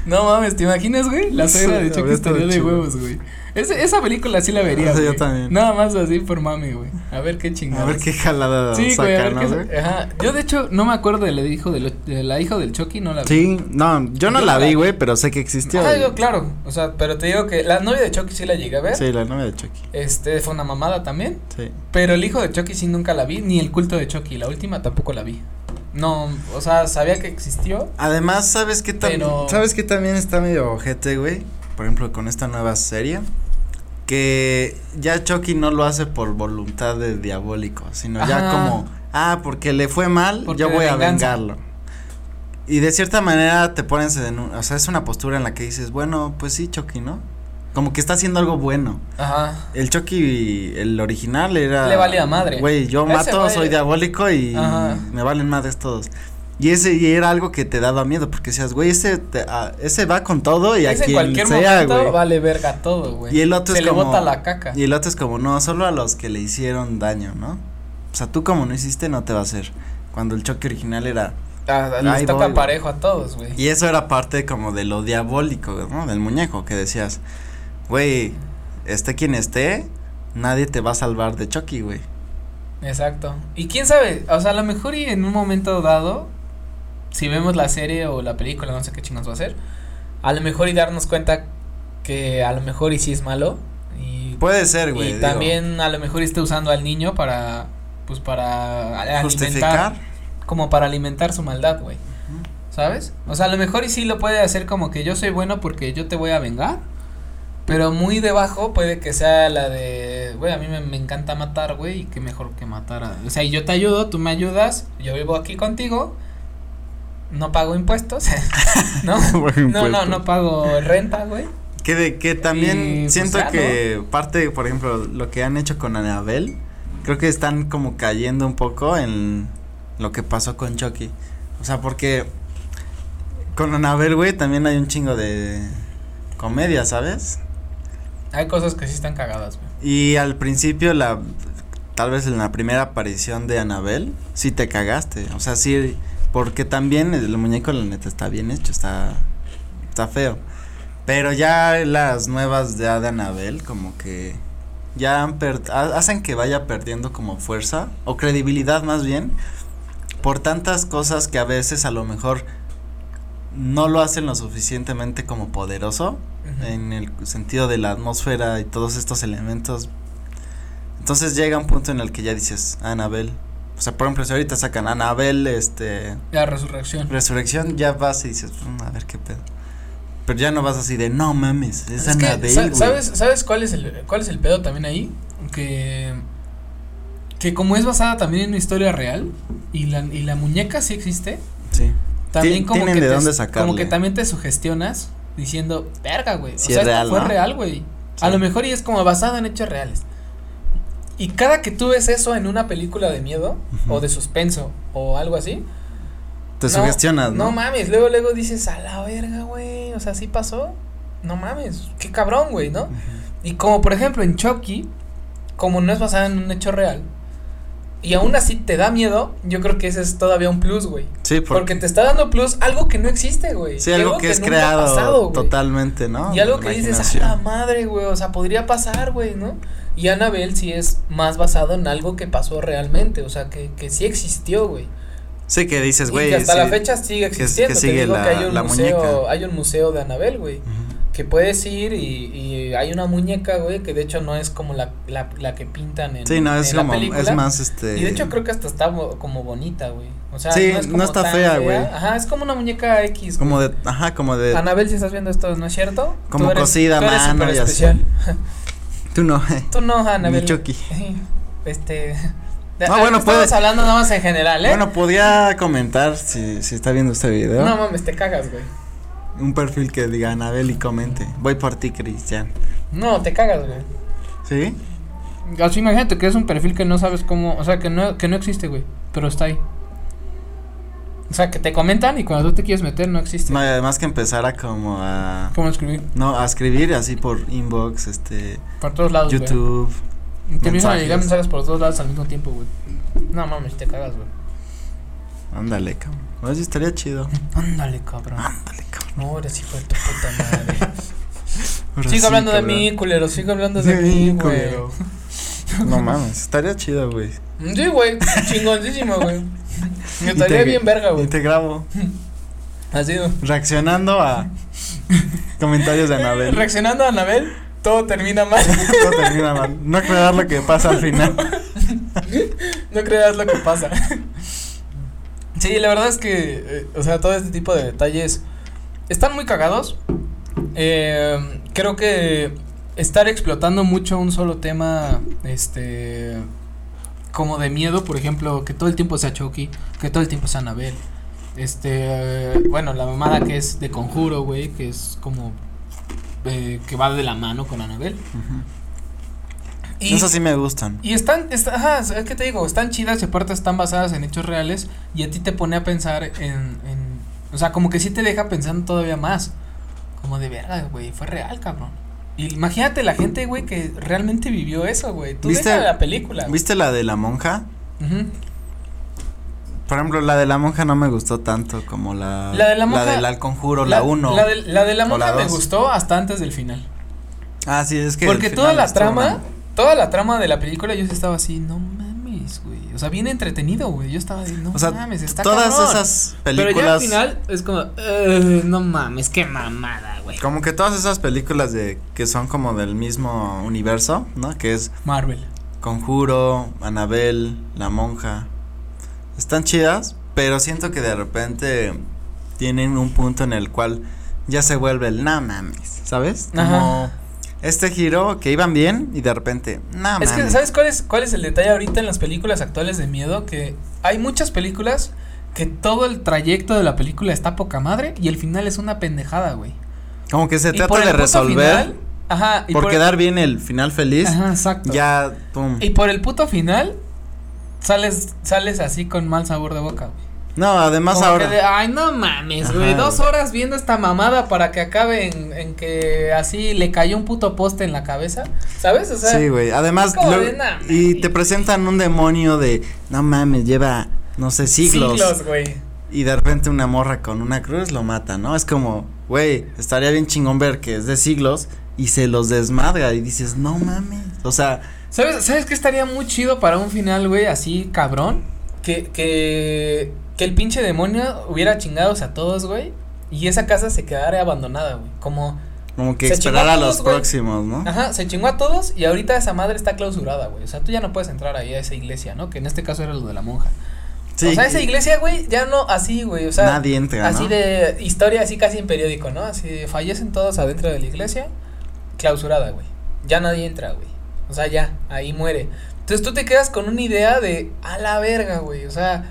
Speaker 1: no mames, ¿te imaginas, güey? La suegra
Speaker 2: Sí,
Speaker 1: de Chucky
Speaker 2: habría estado
Speaker 1: estaría de
Speaker 2: chido.
Speaker 1: huevos, güey. Ese- esa película sí la vería.
Speaker 2: Sí, yo
Speaker 1: güey.
Speaker 2: también.
Speaker 1: Nada más así por mami, güey. A ver qué
Speaker 2: A
Speaker 1: chingados.
Speaker 2: ver qué jalada
Speaker 1: Sí, güey, a
Speaker 2: saca,
Speaker 1: ver qué
Speaker 2: ¿no, güey?
Speaker 1: sa- Ajá. Yo de hecho no me acuerdo del hijo de, de la hijo del Chucky, no la vi.
Speaker 2: Sí, no, yo no la vi, güey, pero sé que existió.
Speaker 1: Ah,
Speaker 2: güey.
Speaker 1: yo, claro. O sea, pero te digo que la novia de Chucky sí la llegué a ver.
Speaker 2: Sí, la novia de Chucky.
Speaker 1: Este fue una mamada también.
Speaker 2: Sí.
Speaker 1: Pero el hijo de Chucky sí nunca la vi, ni el culto de Chucky, la última tampoco la vi. No, o sea, sabía que existió.
Speaker 2: Además, ¿sabes qué también?
Speaker 1: Pero-
Speaker 2: ¿Sabes qué también está medio ojete, güey? Por ejemplo, con esta nueva serie. Que ya Chucky no lo hace por voluntad de diabólico, sino ya
Speaker 1: Ajá.
Speaker 2: como, ah, porque le fue mal,
Speaker 1: Porque
Speaker 2: yo voy a
Speaker 1: venganza.
Speaker 2: vengarlo. Y de cierta manera te pones en un, o sea, es una postura en la que dices, bueno, pues sí, Chucky, ¿no? Como que está haciendo algo bueno.
Speaker 1: Ajá.
Speaker 2: El Chucky, el original era.
Speaker 1: Le valía madre.
Speaker 2: Güey, yo
Speaker 1: Ese
Speaker 2: mato,
Speaker 1: güey-
Speaker 2: soy diabólico y
Speaker 1: Ajá.
Speaker 2: me valen madres todos. Y ese y era algo que te daba miedo porque decías, güey, ese, te- a- ese va con todo y
Speaker 1: Y
Speaker 2: a
Speaker 1: en
Speaker 2: quien
Speaker 1: cualquier
Speaker 2: sea,
Speaker 1: momento
Speaker 2: güey.
Speaker 1: vale verga todo, güey.
Speaker 2: Y el otro
Speaker 1: Se
Speaker 2: es
Speaker 1: le
Speaker 2: como-
Speaker 1: bota la caca.
Speaker 2: Y el otro es como, no, solo a los que le hicieron daño, ¿no? O sea, tú como no hiciste, no te va a hacer. Cuando el Chucky original era.
Speaker 1: Ah, les
Speaker 2: Ahí
Speaker 1: toca
Speaker 2: voy, güey.
Speaker 1: parejo a todos, güey.
Speaker 2: Y eso era parte como de lo diabólico, ¿no? Del muñeco que decías, güey, esté quien esté, nadie te va a salvar de Chucky, güey.
Speaker 1: Exacto. Y quién sabe, o sea, a lo mejor y en un momento dado, si vemos la serie o la película, no sé qué chingados va a ser, a lo mejor y darnos cuenta que a lo mejor y sí es malo y,
Speaker 2: Puede ser, güey.
Speaker 1: y
Speaker 2: digo,
Speaker 1: también a lo mejor y está usando al niño para, pues para a-
Speaker 2: justificar.
Speaker 1: alimentar, como para alimentar su maldad, güey.
Speaker 2: Ujú.
Speaker 1: ¿Sabes? O sea, a lo mejor y sí lo puede hacer como que yo soy bueno porque yo te voy a vengar. Pero muy debajo puede que sea la de, güey, a mí me, me encanta matar, güey, y qué mejor que matar. a- O sea, y yo te ayudo, tú me ayudas, yo vivo aquí contigo, no pago impuestos, *laughs*
Speaker 2: *laughs*
Speaker 1: ¿no? No, no, no pago renta, güey.
Speaker 2: Que, de, que
Speaker 1: Y,
Speaker 2: también
Speaker 1: pues,
Speaker 2: siento
Speaker 1: ya,
Speaker 2: que parte, por ejemplo, lo que han hecho con Anabel, creo que están como cayendo un poco en lo que pasó con Chucky. O sea, porque con Anabel, güey, también hay un chingo de comedia, ¿sabes?
Speaker 1: Hay cosas que sí están cagadas, güey.
Speaker 2: Y al principio la tal vez en la primera aparición de Anabel sí te cagaste, o sea, sí Porque también el muñeco, la neta, está bien hecho, está, está feo. Pero ya las nuevas de Ada Anabel, como que ya han per- ha- hacen que vaya perdiendo como fuerza o credibilidad más bien por tantas cosas que a veces a lo mejor no lo hacen lo suficientemente como poderoso
Speaker 1: Ujú.
Speaker 2: en el sentido de la atmósfera y todos estos elementos. Entonces llega un punto en el que ya dices, Anabel. O sea, por ejemplo, si ahorita sacan Anabel, este,
Speaker 1: La resurrección.
Speaker 2: Resurrección, ya vas y dices, "Mm, a ver qué pedo. Pero ya no vas así de, no mames, es,
Speaker 1: que,
Speaker 2: Anabel.
Speaker 1: sa-
Speaker 2: güey".
Speaker 1: ¿Sabes, ¿Sabes cuál es el cuál es el pedo también ahí? Que que como es basada también en una historia real y la, y la muñeca sí existe,
Speaker 2: Sí.
Speaker 1: también
Speaker 2: Tien-
Speaker 1: como
Speaker 2: tienen
Speaker 1: que
Speaker 2: de
Speaker 1: te-
Speaker 2: dónde
Speaker 1: como que
Speaker 2: sacarle.
Speaker 1: también te sugestionas diciendo, "Verga, güey, o
Speaker 2: Sí
Speaker 1: sea,
Speaker 2: es
Speaker 1: esto
Speaker 2: real,
Speaker 1: fue
Speaker 2: ¿no?
Speaker 1: real, güey." A
Speaker 2: Sí.
Speaker 1: lo mejor y es como basada en hechos reales. Y cada que tú ves eso en una película de miedo
Speaker 2: Ujú.
Speaker 1: o de suspenso o algo así,
Speaker 2: Te sugestionas, ¿no?
Speaker 1: no mames, luego luego dices, "A la verga, güey." O sea, sí pasó. No mames, qué cabrón, güey, ¿no?
Speaker 2: Ujú.
Speaker 1: Y como por ejemplo en Chucky, como no es basada en un hecho real, y aún así te da miedo, yo creo que ese es todavía un plus, güey.
Speaker 2: Sí,
Speaker 1: Porque
Speaker 2: porque.
Speaker 1: te está dando plus algo que no existe, güey.
Speaker 2: sí, algo que es
Speaker 1: nunca ha
Speaker 2: creado
Speaker 1: pasado, güey.
Speaker 2: totalmente, ¿no?
Speaker 1: Y algo que dices, a la
Speaker 2: Imaginación.
Speaker 1: madre, güey, o sea, podría pasar, güey, ¿no? Y Annabelle sí es más basado en algo que pasó realmente, o sea, que, que sí existió, güey.
Speaker 2: Sí, que dices,
Speaker 1: Y
Speaker 2: Pues, güey.
Speaker 1: que hasta
Speaker 2: sí.
Speaker 1: la fecha sigue
Speaker 2: que
Speaker 1: existiendo.
Speaker 2: sigue
Speaker 1: te digo
Speaker 2: la-
Speaker 1: que hay un,
Speaker 2: la
Speaker 1: museo,
Speaker 2: muñeca.
Speaker 1: hay un museo de Annabelle, güey
Speaker 2: Ujú.
Speaker 1: que puedes ir y, y hay una muñeca, güey, que de hecho no es como la, la, la que pintan en,
Speaker 2: Sí, no, es
Speaker 1: en la
Speaker 2: como.
Speaker 1: película.
Speaker 2: Es más, este.
Speaker 1: Y de hecho creo que hasta está bo- como bonita, güey. O sea,
Speaker 2: Sí,
Speaker 1: no, es
Speaker 2: no
Speaker 1: como
Speaker 2: está
Speaker 1: tan
Speaker 2: fea, güey.
Speaker 1: Ajá, es como una muñeca X.
Speaker 2: Como de. Ajá, como de.
Speaker 1: Anabel, si estás viendo esto, ¿no es cierto?
Speaker 2: Como
Speaker 1: Tú eres-
Speaker 2: cocida a
Speaker 1: tú eres
Speaker 2: mano
Speaker 1: súper
Speaker 2: y así.
Speaker 1: especial.
Speaker 2: Tú no.
Speaker 1: Tú no, Anabel.
Speaker 2: Chucky.
Speaker 1: *laughs* Este.
Speaker 2: No, Ah, bueno,
Speaker 1: estamos
Speaker 2: puede-
Speaker 1: hablando nada más en general, ¿eh?
Speaker 2: Bueno, podía comentar si, si está viendo este video.
Speaker 1: no mames, te cagas, güey.
Speaker 2: Un perfil que diga Anabel y comente. Voy por ti, Cristian.
Speaker 1: No, te cagas, güey.
Speaker 2: ¿Sí?
Speaker 1: Así imagínate que es un perfil que no sabes cómo, o sea, que no, que no existe, güey, pero está ahí. O sea, que te comentan y cuando tú te quieres meter no existe.
Speaker 2: No, y además que empezara como a.
Speaker 1: ¿Cómo escribir?
Speaker 2: No, a escribir así por inbox, este.
Speaker 1: Por todos lados, güey.
Speaker 2: YouTube.
Speaker 1: Te empiezan a llegar mensajes
Speaker 2: mensajes.
Speaker 1: por todos lados al mismo tiempo, güey. No mames, te cagas, güey.
Speaker 2: Ándale, cabrón. Oye, estaría chido.
Speaker 1: Ándale, cabrón.
Speaker 2: Ándale, cabrón.
Speaker 1: No, eres hijo de tu puta
Speaker 2: *laughs*
Speaker 1: madre.
Speaker 2: Ahora
Speaker 1: sigo
Speaker 2: sí,
Speaker 1: hablando
Speaker 2: cabrón.
Speaker 1: de mí, culero, sigo hablando de
Speaker 2: Sí,
Speaker 1: mí, güey. *laughs*
Speaker 2: culero. No mames, estaría chido, güey.
Speaker 1: Sí, güey, chingoncísimo, güey.
Speaker 2: *laughs*
Speaker 1: Me
Speaker 2: Y te-
Speaker 1: estaría bien verga,
Speaker 2: Y
Speaker 1: güey.
Speaker 2: te grabo
Speaker 1: Así, güey.
Speaker 2: reaccionando a *laughs* comentarios de Anabel.
Speaker 1: Reaccionando a Anabel, todo termina mal.
Speaker 2: No termina mal. No aclarar lo que pasa al final.
Speaker 1: *laughs* No creas lo que pasa. *laughs* Sí, la verdad es que, eh, o sea, todo este tipo de detalles están muy cagados. Eh, creo que estar explotando mucho un solo tema, este, como de miedo, por ejemplo, que todo el tiempo sea Chucky, que todo el tiempo sea Anabel. Este, bueno, la mamada que es de conjuro, güey, que es como eh, que va de la mano con Anabel. Y-
Speaker 2: Eso sí me gustan.
Speaker 1: y están, está- ajá, es que te digo, están chidas y aparte están basadas en hechos reales y a ti te pone a pensar en, en- o sea, como que sí te deja pensando todavía más, como de verdad, güey, fue real, cabrón. Y imagínate la gente, güey, que realmente vivió eso, güey. Tú
Speaker 2: ¿Viste-
Speaker 1: viste la película. güey.
Speaker 2: ¿Viste la de la monja?
Speaker 1: Ujú.
Speaker 2: Por ejemplo, la de la monja no me gustó tanto como la.
Speaker 1: La de la monja-
Speaker 2: del Al conjuro, la 1.
Speaker 1: La, de, la de la
Speaker 2: o
Speaker 1: monja
Speaker 2: la
Speaker 1: me
Speaker 2: dos.
Speaker 1: gustó hasta antes del final.
Speaker 2: Ah, sí, es que.
Speaker 1: Porque
Speaker 2: el
Speaker 1: toda
Speaker 2: final
Speaker 1: la
Speaker 2: estuvo
Speaker 1: trama,
Speaker 2: mal.
Speaker 1: toda la trama de la película yo sí estaba así, no mames, güey. O sea, bien entretenido, güey. Yo estaba de, no
Speaker 2: O sea,
Speaker 1: mames, está
Speaker 2: todas
Speaker 1: cabrón".
Speaker 2: esas
Speaker 1: Pero ya al
Speaker 2: películas.
Speaker 1: final es como, "Eh, no mames, qué mamada, güey.
Speaker 2: Como que todas esas películas de que son como del mismo universo, ¿no? Que es
Speaker 1: Marvel.
Speaker 2: Conjuro, Anabel, La Monja. Están chidas, pero siento que de repente tienen un punto en el cual ya se vuelve el no mames, ¿sabes? Como
Speaker 1: Ajá.
Speaker 2: este giro que iban bien y de repente, no
Speaker 1: es que,
Speaker 2: mames".
Speaker 1: ¿sabes cuál es, cuál es el detalle ahorita en las películas actuales de miedo? Que hay muchas películas que todo el trayecto de la película está poca madre y el final es una pendejada, güey.
Speaker 2: Como que se
Speaker 1: Y
Speaker 2: trata
Speaker 1: por el
Speaker 2: de
Speaker 1: puto
Speaker 2: resolver
Speaker 1: final- ajá, y
Speaker 2: por,
Speaker 1: por-
Speaker 2: quedar bien el final feliz.
Speaker 1: Ajá, exacto.
Speaker 2: Ya, pum.
Speaker 1: Y por el puto final sales sales así con mal sabor de boca, güey.
Speaker 2: No, además
Speaker 1: Como que
Speaker 2: ahora.
Speaker 1: de, Ay, no mames,
Speaker 2: Ajá,
Speaker 1: güey. Dos
Speaker 2: güey.
Speaker 1: horas viendo esta mamada para que acabe en, en que así le cayó un puto poste en la cabeza. ¿Sabes? O sea,
Speaker 2: sí, güey. Además,
Speaker 1: como
Speaker 2: lo-
Speaker 1: de, "No
Speaker 2: y
Speaker 1: mames".
Speaker 2: te presentan un demonio de, no mames, lleva, no sé, siglos.
Speaker 1: güey.
Speaker 2: y de repente una morra con una cruz lo mata, ¿no? Es como, güey, estaría bien chingón ver que es de siglos y se los desmadra y dices, no mames. O sea,
Speaker 1: ¿Sabes, ¿Sabes qué estaría muy chido para un final, güey, así cabrón? Que, que, que el pinche demonio hubiera chingados a todos, güey. Y esa casa se quedara abandonada, güey. Como,
Speaker 2: como que
Speaker 1: Se
Speaker 2: esperar
Speaker 1: chingó
Speaker 2: a
Speaker 1: a
Speaker 2: los
Speaker 1: todos, güey.
Speaker 2: próximos, ¿no?
Speaker 1: ajá, se chingó a todos y ahorita esa madre está clausurada, güey. O sea, tú ya no puedes entrar ahí a esa iglesia, ¿no? Que en este caso era lo de la monja.
Speaker 2: Sí,
Speaker 1: o sea, esa
Speaker 2: que
Speaker 1: iglesia, güey, ya no así, güey. O sea,
Speaker 2: nadie entra,
Speaker 1: así
Speaker 2: ¿no?
Speaker 1: de historia, así casi en periódico, ¿no? Así de fallecen todos adentro de la iglesia, clausurada, güey. Ya nadie entra, güey. O sea, ya, ahí muere. Entonces tú te quedas con una idea de a la verga, güey. O sea,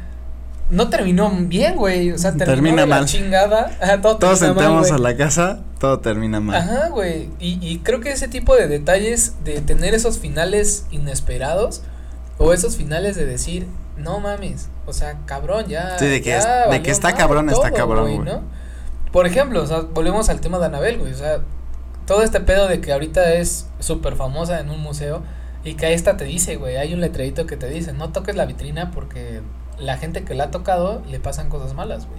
Speaker 1: no terminó bien, güey. O sea, terminó
Speaker 2: Termina
Speaker 1: de la
Speaker 2: mal.
Speaker 1: chingada. *laughs* Ajá, todo
Speaker 2: Todos
Speaker 1: termina mal,
Speaker 2: entramos
Speaker 1: pues, güey.
Speaker 2: a la casa, todo termina mal.
Speaker 1: Ajá, güey. Y, y creo que ese tipo de detalles, de tener esos finales inesperados, o esos finales de decir, no mames, o sea, cabrón, ya.
Speaker 2: Sí, de que
Speaker 1: ya
Speaker 2: es- de que
Speaker 1: valió
Speaker 2: está
Speaker 1: madre
Speaker 2: cabrón, está cabrón, güey.
Speaker 1: Por ejemplo, o sea, volvemos al tema de Anabel, güey. O sea, todo este pedo de que ahorita es súper famosa en un museo y que ahí esta te dice, güey, hay un letrerito que te dice, no toques la vitrina porque la gente que la ha tocado le pasan cosas malas, güey.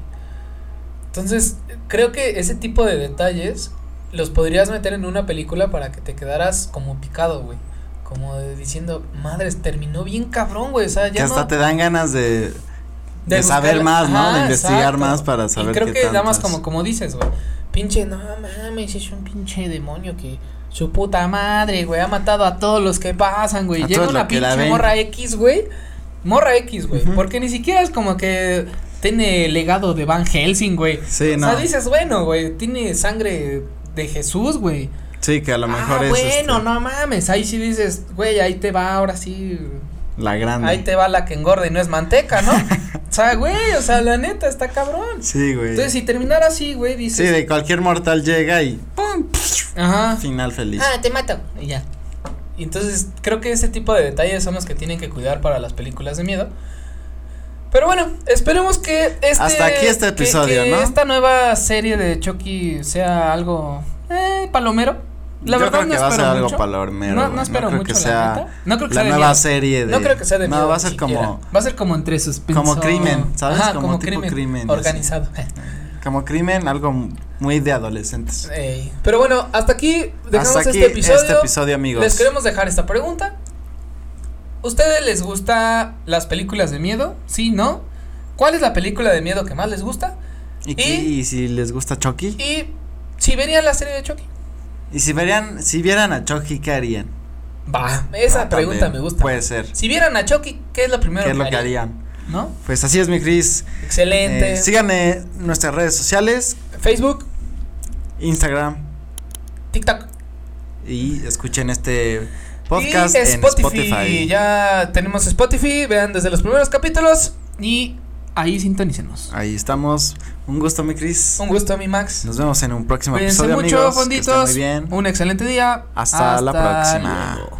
Speaker 1: Entonces, creo que ese tipo de detalles los podrías meter en una película para que te quedaras como picado, güey. Como de- diciendo, madres, terminó bien cabrón, güey. O sea,
Speaker 2: que
Speaker 1: ya
Speaker 2: hasta
Speaker 1: no,
Speaker 2: te dan ganas de, de,
Speaker 1: buscar-
Speaker 2: saber más, ¿no?
Speaker 1: Ajá,
Speaker 2: de investigar
Speaker 1: exacto.
Speaker 2: más para saber
Speaker 1: Y creo
Speaker 2: qué
Speaker 1: que nada más
Speaker 2: tantas-
Speaker 1: como, como dices, güey. Pinche, no mames, es un pinche demonio que su puta madre, güey, ha matado a todos los que pasan, güey.
Speaker 2: A
Speaker 1: Llega
Speaker 2: todos
Speaker 1: una
Speaker 2: los que la
Speaker 1: pinche
Speaker 2: ven.
Speaker 1: morra X, güey. Morra X, güey.
Speaker 2: Ujú.
Speaker 1: Porque ni siquiera es como que tiene legado de Van Helsing, güey.
Speaker 2: Sí,
Speaker 1: o
Speaker 2: no.
Speaker 1: sea, dices, bueno, güey, tiene sangre de Jesús, güey.
Speaker 2: Sí, que a lo mejor
Speaker 1: ah,
Speaker 2: es
Speaker 1: bueno,
Speaker 2: este,
Speaker 1: no mames. Ahí sí dices, güey, ahí te va, ahora sí.
Speaker 2: la grande.
Speaker 1: Ahí te va la que engorda y no es manteca,
Speaker 2: *laughs*
Speaker 1: ¿no? o sea, güey, o sea, la neta, está cabrón.
Speaker 2: Sí, güey.
Speaker 1: Entonces, si terminara así, güey,
Speaker 2: Sí,
Speaker 1: dices.
Speaker 2: de cualquier mortal llega y
Speaker 1: Ah.
Speaker 2: ¡pum!
Speaker 1: Ajá.
Speaker 2: Final feliz.
Speaker 1: Ah, te mato. Y ya. Y Entonces, creo que ese tipo de detalles son los que tienen que cuidar para las películas de miedo. Pero bueno, esperemos que este.
Speaker 2: Hasta aquí este
Speaker 1: que-
Speaker 2: episodio,
Speaker 1: que
Speaker 2: ¿no?
Speaker 1: Esta nueva serie de Chucky sea algo. Eh, palomero. La
Speaker 2: Yo
Speaker 1: verdad
Speaker 2: creo que
Speaker 1: no
Speaker 2: va a ser
Speaker 1: espero
Speaker 2: algo
Speaker 1: mucho.
Speaker 2: palomero.
Speaker 1: No,
Speaker 2: güey.
Speaker 1: no espero
Speaker 2: creo
Speaker 1: mucho,
Speaker 2: que
Speaker 1: la
Speaker 2: sea
Speaker 1: neta. No creo que sea de
Speaker 2: nueva
Speaker 1: miedo.
Speaker 2: serie de.
Speaker 1: No creo que sea de
Speaker 2: No,
Speaker 1: miedo,
Speaker 2: va a
Speaker 1: ni
Speaker 2: ser
Speaker 1: siquiera.
Speaker 2: como.
Speaker 1: Va a ser como entre suspenso.
Speaker 2: Como crimen, ¿sabes?
Speaker 1: Ajá,
Speaker 2: Como
Speaker 1: como
Speaker 2: tipo
Speaker 1: crimen.
Speaker 2: crimen, así.
Speaker 1: organizado. *laughs*
Speaker 2: Como crimen, algo muy de adolescentes.
Speaker 1: Ey. Pero bueno, hasta aquí dejamos
Speaker 2: Hasta aquí
Speaker 1: este episodio.
Speaker 2: amigos.
Speaker 1: Les queremos dejar esta pregunta. ¿Ustedes les gusta las películas de miedo? ¿Sí? ¿No? ¿Cuál es la película de miedo que más les gusta?
Speaker 2: ¿Y, qué-
Speaker 1: y-
Speaker 2: y si les gusta Chucky?
Speaker 1: Y si verían la serie de Chucky.
Speaker 2: ¿Y si verían, si vieran a Chucky, qué harían?
Speaker 1: Va, esa
Speaker 2: Ah,
Speaker 1: pregunta
Speaker 2: también,
Speaker 1: me gusta.
Speaker 2: Puede ser.
Speaker 1: Si vieran a Chucky, ¿qué es lo primero
Speaker 2: ¿Qué es lo que harían?
Speaker 1: ¿No?
Speaker 2: Pues así es, mi Cris.
Speaker 1: Excelente.
Speaker 2: Eh, síganme en nuestras redes sociales,
Speaker 1: Facebook,
Speaker 2: Instagram,
Speaker 1: TikTok.
Speaker 2: y escuchen este
Speaker 1: y
Speaker 2: podcast en Spotify.
Speaker 1: Ya tenemos Spotify. Vean desde los primeros capítulos. Y ahí sintonícenos.
Speaker 2: Ahí estamos. Un gusto, mi Cris.
Speaker 1: Un gusto a mi Max.
Speaker 2: Nos vemos en un próximo
Speaker 1: Cuídense
Speaker 2: episodio,
Speaker 1: mucho,
Speaker 2: amigos. Que estén
Speaker 1: fonditos.
Speaker 2: muy bien.
Speaker 1: Un excelente día.
Speaker 2: Hasta la próxima.
Speaker 1: luego.